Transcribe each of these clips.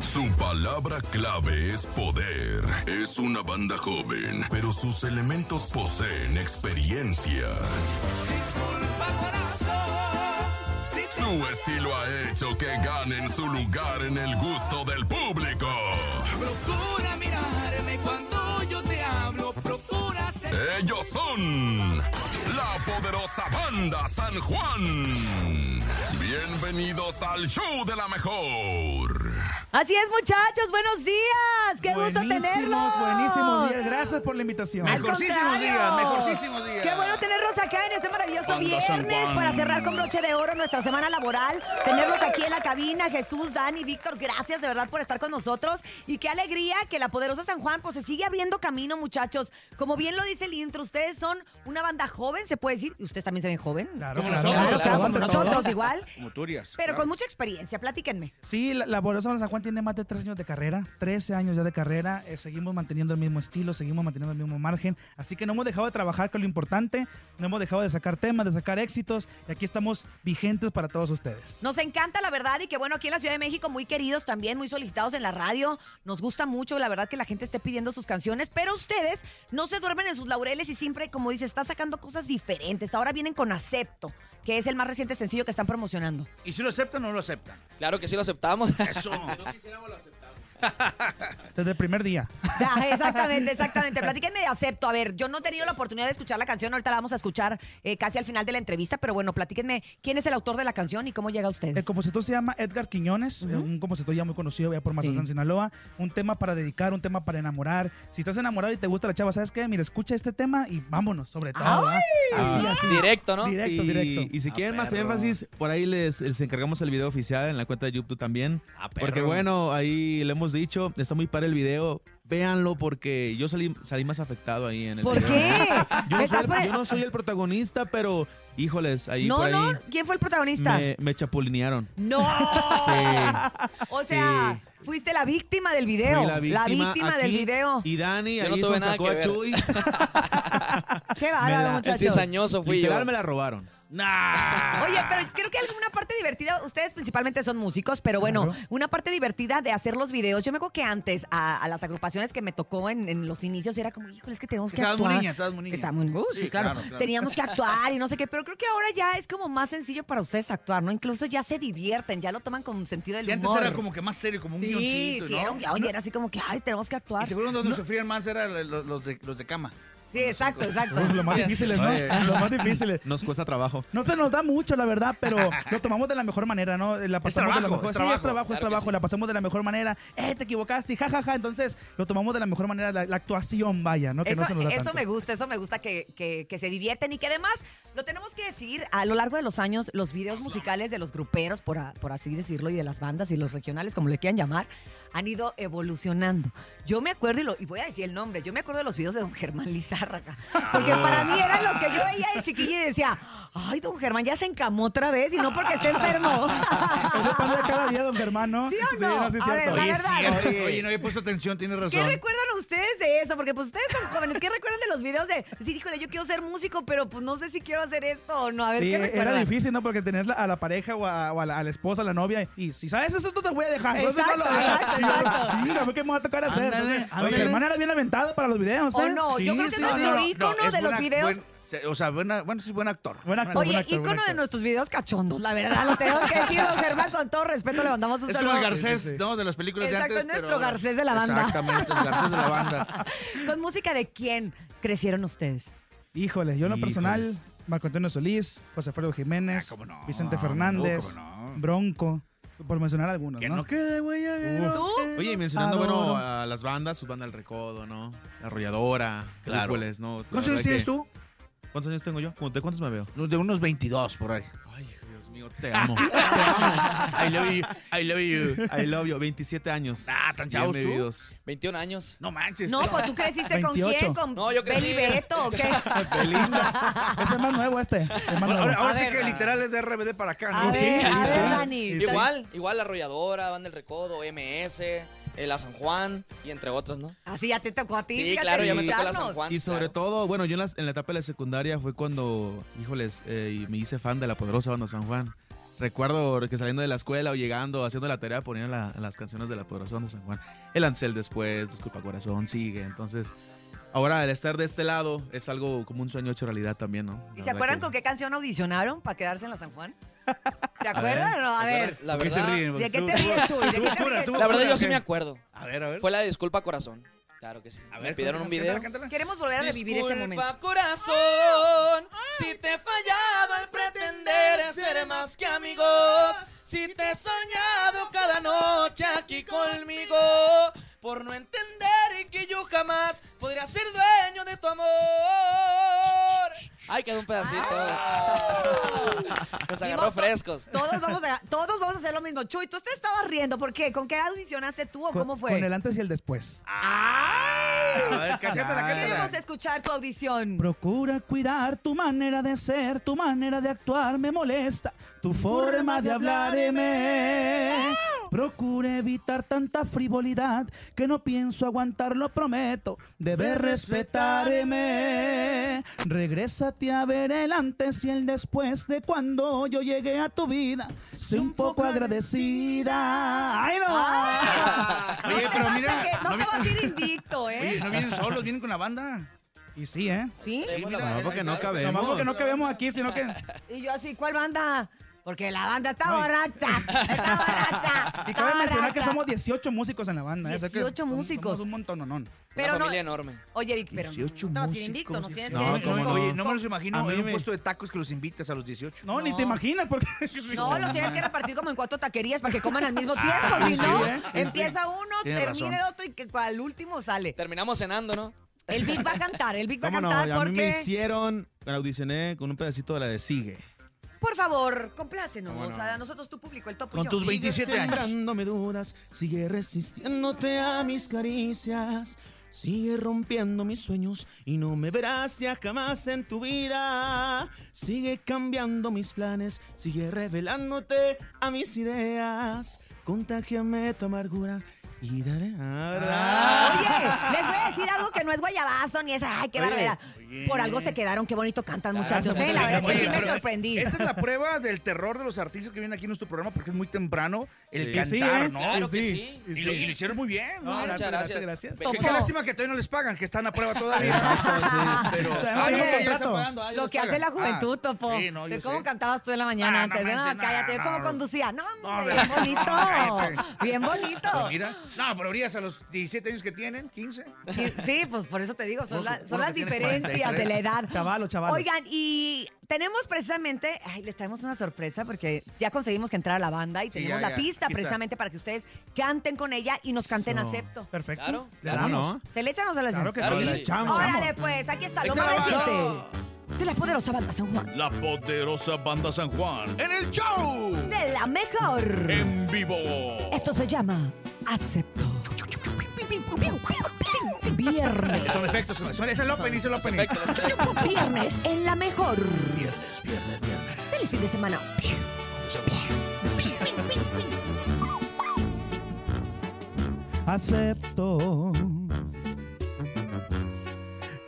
Su palabra clave es poder. Es una banda joven, pero sus elementos poseen experiencia. Su estilo ha hecho que ganen su lugar en el gusto del público. Procura mirarme cuando yo te hablo, procura ser... Ellos son la poderosa banda San Juan. Bienvenidos al show de la mejor. Así es, muchachos, buenos días. Qué gusto Buenísimos, tenerlos. Buenísimos días. Gracias por la invitación. Al Mejorcísimos contrario. días, mejorcísimos días. Qué bueno tenerlos acá en este maravilloso Banda San viernes Juan. para cerrar con broche de oro nuestra semana laboral. Tenerlos aquí en la cabina, Jesús, Dani, Víctor, gracias de verdad por estar con nosotros. Y qué alegría que la poderosa San Juan pues se sigue abriendo camino, muchachos. Como bien lo dice el intro, ustedes son una banda joven, se puede decir, y ustedes también se ven joven. Claro, Como claro, nosotros, Claro, claro, como claro, nosotros igual, Como Turias. pero claro. con mucha experiencia. Platíquenme. Sí, la, la Poderosa Banda San Juan tiene más de 13 años de carrera, 13 años ya de carrera, eh, seguimos manteniendo el mismo estilo, seguimos manteniendo el mismo margen, así que no hemos dejado de trabajar con lo importante, no hemos dejado de sacar temas, de sacar éxitos, y aquí estamos vigentes para todos ustedes. Nos encanta la verdad y que bueno, aquí en la Ciudad de México muy queridos también, muy solicitados en la radio. Nos gusta mucho la verdad que la gente esté pidiendo sus canciones, pero ustedes no se duermen en sus laureles y siempre, como dice, están sacando cosas diferentes. Ahora vienen con Acepto, que es el más reciente sencillo que están promocionando. ¿Y si lo aceptan o no lo aceptan? Claro que sí lo aceptamos. Eso. Desde el primer día. Ah, exactamente, exactamente. Platíquenme de Acepto. A ver, yo no he tenido la oportunidad de escuchar la canción, ahorita la vamos a escuchar eh, casi al final de la entrevista, pero bueno, platíquenme quién es el autor de la canción y cómo llega a ustedes. El compositor Eh, se llama Edgar Quiñones, eh, un compositor ya muy conocido ya por Mazatlán, Sinaloa. Un tema para dedicar, un tema para enamorar. Si estás enamorado y te gusta la chava, ¿sabes qué? Mira, escucha este tema y vámonos, sobre todo. ¿ah? Así, así. Directo, ¿no? Directo, y, directo. y si Ah, quieren más perro. énfasis, por ahí les, les encargamos el video oficial en la cuenta de YouTube también. Ah, perro. Porque bueno, ahí le hemos dicho, está muy padre el video. Véanlo porque yo salí, salí más afectado ahí en el ¿Por video. qué? Yo no, soy ¿Estás por- el, yo no soy el protagonista, pero híjoles, ahí No, por ahí no, ¿quién fue el protagonista? me, me chapulinearon. No. Sí. O sea, fuiste la víctima del video. Fui Ah, La víctima, del aquí, video. Y Dani, Yo no ahí tuve se nada sacó que a ver. Chuy. Qué me bárbaro, la- El muchachos. cizañoso fui yo. Literal me la robaron. Nah. Oye, pero creo que alguna parte divertida, ustedes principalmente son músicos, pero bueno, Claro. una parte divertida de hacer los videos. Yo me acuerdo que antes a, a las agrupaciones que me tocó en, en los inicios era como, híjole, es que tenemos que Estabas muy actuar. niña, estabas muy niña. Estábamos- uh, sí, Sí, claro. claro, claro. Teníamos que actuar y no sé qué, pero creo que ahora ya es como más sencillo para ustedes actuar, ¿no? Incluso ya se divierten, ya lo toman con sentido del Si antes humor. era como que más serio, como un sí, guioncito, sí, ¿no? era un guion, y era así como que, ay, tenemos que actuar. Y seguro donde sufrían más eran los, los de, los de cama. Sí, exacto, exacto. Lo más difícil es, ¿no? Oye. Lo más difícil es. Nos cuesta trabajo. No se nos da mucho, la verdad, pero lo tomamos de la mejor manera, ¿no? La pasamos de la trabajo, mejor es sí, trabajo, es trabajo, es claro que trabajo, sí. la pasamos de la mejor manera. Eh, te equivocaste, jajaja. Entonces, lo tomamos de la mejor manera, la, la actuación, vaya, ¿no? Que Eso, no se nos da eso tanto. me gusta, eso me gusta que, que- que se divierten y que además lo tenemos que decir a lo largo de los años, los videos musicales de los gruperos, por, a- por así decirlo, y de las bandas y los regionales, como le quieran llamar, han ido evolucionando. Yo me acuerdo, y, lo- y voy a decir el nombre, yo me acuerdo de los videos de Don Germán Lizárraga, porque para mí eran los que yo veía de chiquilla y decía, ay, Don Germán ya se encamó otra vez y no porque esté enfermo. Eso depende de cada día, don Germán, ¿no? ¿Sí o no? A sí, ver, es cierto. La Oye, verdad, sí, oye. oye, no había puesto atención, tienes razón. ¿Qué recuerdan ustedes de eso? Porque pues ustedes son jóvenes. ¿Qué recuerdan de los videos de decir, híjole, yo quiero ser músico, pero pues no sé si quiero hacer esto o no? A ver, Sí, ¿qué era recuerdan? difícil, ¿no? Porque tenías la- a la pareja o, a, o a la, a la esposa, a la novia, y si sabes eso, tú te voy a dejar. Entonces, Exacto, no lo hagas. exacto, Y yo, exacto. Mira, fue que me va a tocar Ándale, hacer. Entonces, oye, ándale. Germán era bien aventado para los videos, O ¿eh? no, yo creo que no es lo vi. ícono es de los buen ac- videos. buen- o sea, buena- bueno, sí, buen actor. Buen actor, Oye, buen actor, buen ícono de actor. nuestros videos cachondos, la verdad, lo tenemos que decir, don Germán, con todo respeto, le mandamos un Es como saludo. el Garcés, Sí, sí, sí. ¿no? De las películas Exacto, de es antes. nuestro pero- Garcés de la banda. Exactamente, el Garcés de la banda. ¿Con música de quién crecieron ustedes? Híjole, yo en lo personal, Híjoles. Marco Antonio Solís, José Alfredo Jiménez, Ah, cómo no. Vicente No, Fernández, cómo no. Bronco, por mencionar algunos, Que ¿no? no quede huella. que Uf. no ¿Tú? quede- Oye, y mencionando, Adoro. bueno, a las bandas, su banda El Recodo, ¿no? La Arrolladora, Claro. Hércules, ¿no? La ¿Cuántos verdad años que- tienes tú? ¿Cuántos años tengo yo? ¿Cómo- ¿De cuántos me veo? De unos 22 por ahí. Ay, Dios mío, te amo. te amo. I love you, I love you. I love you. 27 años. Ah, ¿tan chavos Bien tú? vividos. 21 años. No manches. No, pues tú creciste con 28. quién, con No, yo crecí- Beli Beto, ¿o qué? Ese es más nuevo este. Es más Ahora, ahora- nuevo. ahora A sí ver, que a literal es de RBD para acá, A ¿no? ver, a sí, ver, sí. Dani. Sí, Igual, igual la arrolladora, Banda del Recodo, MS, eh, la San Juan y entre otros, ¿no? Así ya te tocó a ti. Sí, fíjate, claro, ya me tocó la San escucharnos. Juan. Y sobre claro. todo, bueno, yo en, las- en la etapa de la secundaria fue cuando, híjoles, eh, me hice fan de la poderosa banda San Juan. Recuerdo que saliendo de la escuela o llegando, haciendo la tarea, ponían la- las canciones de la Poderosa de San Juan. El Ansel después, Disculpa Corazón, sigue. Entonces, ahora el estar de este lado es algo como un sueño hecho realidad también, ¿no? ¿Y La se verdad acuerdan que- con qué canción audicionaron para quedarse en la San Juan? ¿Se ver, acuerdan o no? A ver. La ¿Por qué se verdad, ríen? ¿De qué Pues Tú- te ríes, Chuy? ¿De qué te cura, ríes? tú- la verdad yo sí Ok. me acuerdo. A ver, a ver. Fue la de Disculpa Corazón. Claro que sí. A me ver, pidieron un video. cántala, cántala. Queremos volver a revivir ese momento. Disculpa corazón, si te he fallado al pretender ser más que amigos, si te he soñado cada noche aquí conmigo, por no entender que yo jamás podría ser dueño de tu amor. Ay, quedó un pedacito. Nos agarró Dimos to- frescos. Todos vamos, a, todos vamos a hacer lo mismo. Chuy, tú te estabas riendo. ¿Por qué? ¿Con qué audicionaste tú o Con- cómo fue? Con el antes y el después. A ver, cántala, Queremos cántala. escuchar tu audición. Procura cuidar tu manera de ser, tu manera de actuar me molesta, tu forma de hablarme. Procura evitar tanta frivolidad que no pienso aguantar, lo prometo, debes respetarme. Regrésate a ver el antes y el después de cuando yo llegué a tu vida. Sé un poco agradecida. Ah. ¡Ay, no! No Oye, te pero vas a mira, que- no no te vi- vas a ir invicto, Oye, ¿eh? no vienen solos, vienen con la banda. Y sí, ¿eh? ¿Sí? No, porque no cabemos. Nomás porque no cabemos aquí, sino que... Y yo así, ¿cuál banda? Porque la banda está borracha. Está borracha. Y está cabe mencionar que borracha. somos 18 músicos en la banda. ¿eh? O sea que 18 som- músicos. Somos un montononón. Pero Una no, familia enorme. oye, Vic, pero no, 18 te vas a ir músicos, invicto. Nos tienes No, que Oye, decir cómo con- no. Oye, no me los imagino A mí en un me- puesto de tacos que los invitas a los 18. No, ni No. te imaginas porque... No, los tienes que repartir como en cuatro taquerías para que coman al mismo tiempo. si Ah, sí, no, ¿eh? Sí, empieza uno, Tienes termina razón. el otro y que al último sale. Terminamos cenando, ¿no? El Vic va a cantar, el Vic va a ¿Cómo no? cantar A mí me porque. hicieron, me audicioné con un pedacito de la de Sigue. Por favor, complácenos. A nosotros, tu público, el topo. y Con yo. tus 27 años. Sembrándome dudas, sigue resistiéndote a mis caricias. Sigue rompiendo mis sueños y no me verás ya jamás en tu vida. Sigue cambiando mis planes, sigue revelándote a mis ideas. Contágiame tu amargura y daré. Ah, ¿verdad? Oye, les voy a decir algo que no es guayabazo ni es. ¡Ay, qué barbaridad! Por algo se quedaron, qué bonito cantan, muchachos. ¿eh? La verdad es que Oye, sí me pero es- sorprendí. Esa es la prueba del terror de los artistas que vienen aquí en nuestro programa porque es muy temprano el Sí. Sí, cantar, ¿eh? ¿no? Claro que sí. sí. Y, lo, y lo hicieron muy bien. No, gracias, Ah, muchas gracias, gracias. gracias. Ve- Qué, Topo. qué lástima que todavía no les pagan, que están a prueba todavía. Pero, Todavía no Ay, tengo Ah, ya, ya contrato. están pagando, ah, ya Lo les que hace pagan. la juventud, Ah, Topo. sí, no, de yo cómo sé. cantabas tú en la mañana No, no antes. No, manches, no, cállate. de ¿Cómo no. conducía? No, hombre, No, bien bonito. cállate. Bien bonito. Pues mira, no, pero orías a los 17 años que tienen, 15. Sí, sí, pues por eso te digo, son, Bueno, la- son bueno, las que tienes diferencias de la edad. Chavalo, chavalo. Oigan, y tenemos precisamente, ay, les traemos una sorpresa porque ya conseguimos que entrar a la banda y tenemos ya, la ya, pista pista. precisamente para que ustedes canten con ella y nos canten Eso. acepto. Perfecto. Claro, Le ¿Cómo damos. no? ¿Se le echan o se le echan? Claro que Claro sí. que sí. Chamo, Órale, chamo. pues, aquí está, Ahí lo está más la reciente. banda. De la poderosa banda San Juan. La poderosa banda San Juan En el show. De la mejor. en vivo. Esto se llama Acepto. Viernes. Son efectos, son efectos. Es el opening, es el opening. Perfecto. los tres. Viernes en la mejor. Viernes, viernes, viernes. Feliz fin de semana. acepto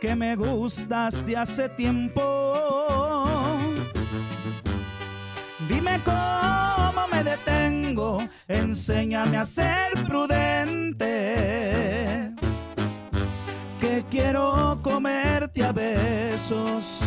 que me gustas de hace tiempo. Dime cómo me detengo, enséñame a ser prudente. Que quiero comerte a besos.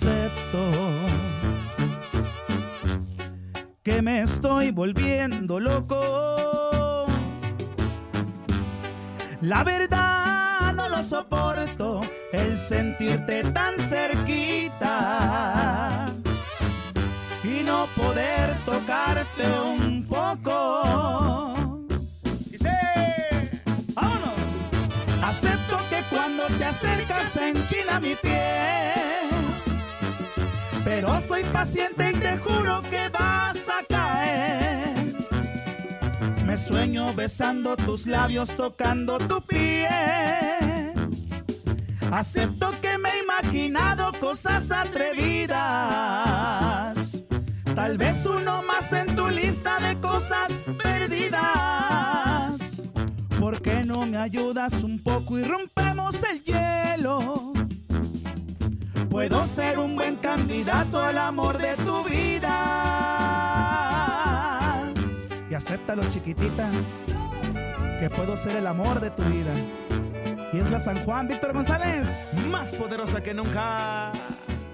Acepto que me estoy volviendo loco. La verdad no lo soporto, el sentirte tan cerquita y no poder tocarte un poco. Dice. ¡Vámonos! Acepto que cuando te acercas se enchina mi piel. Pero soy paciente y te juro que vas a caer. Me sueño besando tus labios, tocando tu piel. Acepto que me he imaginado cosas atrevidas. Tal vez uno más en tu lista de cosas perdidas. ¿Por qué no me ayudas un poco y rompemos el hielo? Puedo ser un buen candidato al amor de tu vida. Y acéptalo, chiquitita, que puedo ser el amor de tu vida. Y es la San Juan Víctor González. Más poderosa que nunca.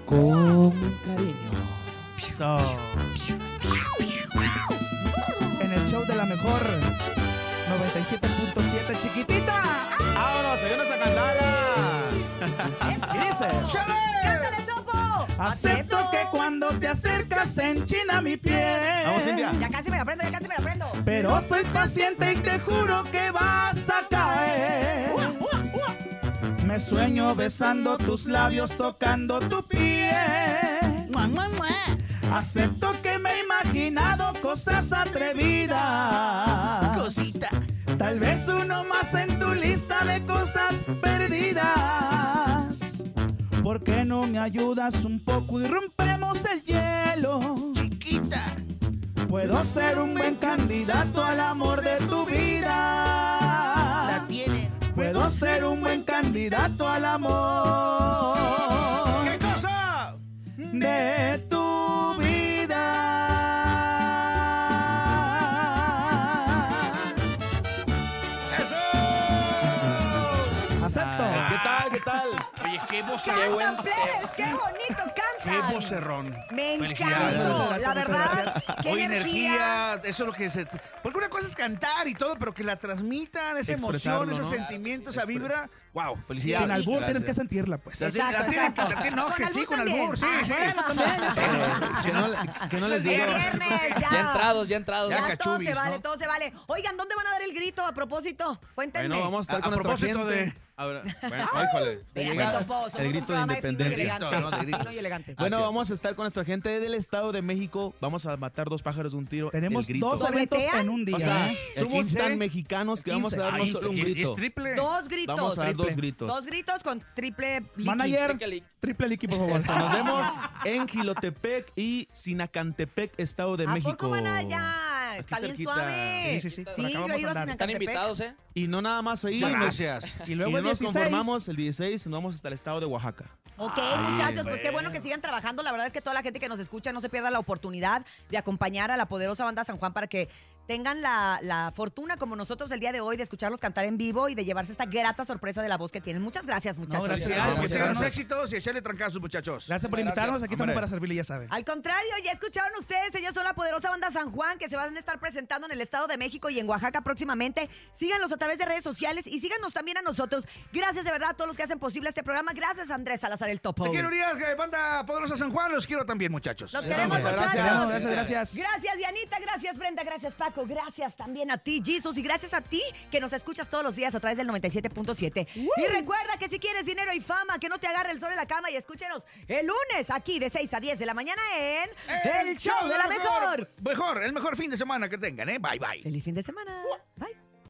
Con cariño. So. En el show de la mejor 97.7, chiquitita. ¡Vámonos! ¡Se viene esa candala! Y dice: ¡Cántale, topo! Acepto que cuando te acercas se enchina mi piel. Vamos, Cintia. Ya casi me la prendo, ya casi me la prendo. Pero soy paciente y te juro que vas a caer. Me sueño besando tus labios, tocando tu piel. Acepto que me he imaginado cosas atrevidas. Cosita. Tal vez uno más en tu lista de cosas perdidas. ¿Por qué no me ayudas un poco y rompemos el hielo? Chiquita. Puedo ser un buen candidato al amor de tu vida. La tienen. Puedo ser un buen candidato al amor ¿Qué cosa? de tu vida. ¡Eso! Acepto. Ah, ¿Qué tal? ¿Qué tal? Oye, qué ¡Canta, vocerrón. buen plebes! ¡Qué bonito Qué canta! vocerrón. Me Felicidades. encantó, Muchas gracias, la muchas verdad. ¡Qué Oye, energía! energía, eso es lo que se... Porque una cosa es cantar y todo, pero que la transmitan, esa emoción, Expresarlo, esos ¿no? sentimientos, esa Claro, sí, vibra. ¡Wow! Felicidades. Sin albur Gracias. tienes que sentirla, pues. La, Exacto, la tienen que- exacto. la tienen- no, Con que sí, albur con también. albur, sí, Ah, sí. bueno, también, sí. Que no, que no les digo. Viernes, ya. Ya entrados, ya entrados. Ya, Ya todo se cachubis, vale, ¿no? todo se vale. Oigan, ¿dónde van a dar el grito a propósito? Cuéntenme. Bueno, vamos a estar A- con a nuestra propósito gente. de- A ver, bueno, híjole. Vean, Bueno, Topo, somos el un grito de programa fino y independencia. elegante. No, de grito. Fino y elegante. Bueno, Así es. vamos a estar con nuestra gente del Estado de México. Vamos a matar dos pájaros de un tiro. Tenemos el grito. dos eventos ¿Dobletean? en un día. O sea, ¿eh? El somos 15, tan mexicanos que vamos a darnos Ahí, solo un y- y grito. Es triple. Dos gritos. Vamos a dar dos gritos. Dos gritos con triple liqui. Manager, Triple liqui. triple liqui, por favor. Nos vemos en Gilotepec y Sinacantepec, Estado de ¿A México. poco van allá? Está bien cerquita. suave. Sí, sí, sí, por acá Sí, yo vamos he ido a a andar. Están Sinacantepec. invitados, ¿eh? Y no nada más ahí. nos- Gracias. Y Y luego no el nos 16. conformamos el 16 nos vamos hasta el estado de Oaxaca. Ok, muchachos, pues qué bueno que sigan trabajando. La verdad es que toda la gente que nos escucha no se pierda la oportunidad de acompañar a la poderosa banda San Juan para que tengan la, la fortuna, como nosotros el día de hoy, de escucharlos cantar en vivo y de llevarse esta grata sorpresa de la voz que tienen. Muchas gracias, muchachos. gracias. Felicidades, que Gracias. sigan los Gracias. éxitos y echarle trancazos, muchachos. Gracias por Gracias. invitarnos. Aquí estamos Hombre. para servirle, ya saben. Al contrario, ya escucharon ustedes, ellos son la poderosa banda San Juan que se van a estar presentando en el Estado de México y en Oaxaca próximamente. Síganlos a través de redes sociales y síganos también a nosotros. Gracias de verdad a todos los que hacen posible este programa. Gracias Andrés Salazar el Topo. Te quiero, Urias, eh, banda Poderosa San Juan. Los quiero también, muchachos. Los queremos, Gracias, muchachos. Gracias, gracias, gracias. Gracias, Dianita. Gracias, Brenda. Gracias, Paco. Gracias también a ti, Jesus. Y gracias a ti que nos escuchas todos los días a través del 97.7. Y recuerda que si quieres dinero y fama, que no te agarre el sol de la cama y escúchenos el lunes aquí de 6 a 10 de la mañana en El, Show de la mejor. Mejor, el mejor fin de semana que tengan, ¿eh? Bye, bye. Feliz fin de semana. Bye.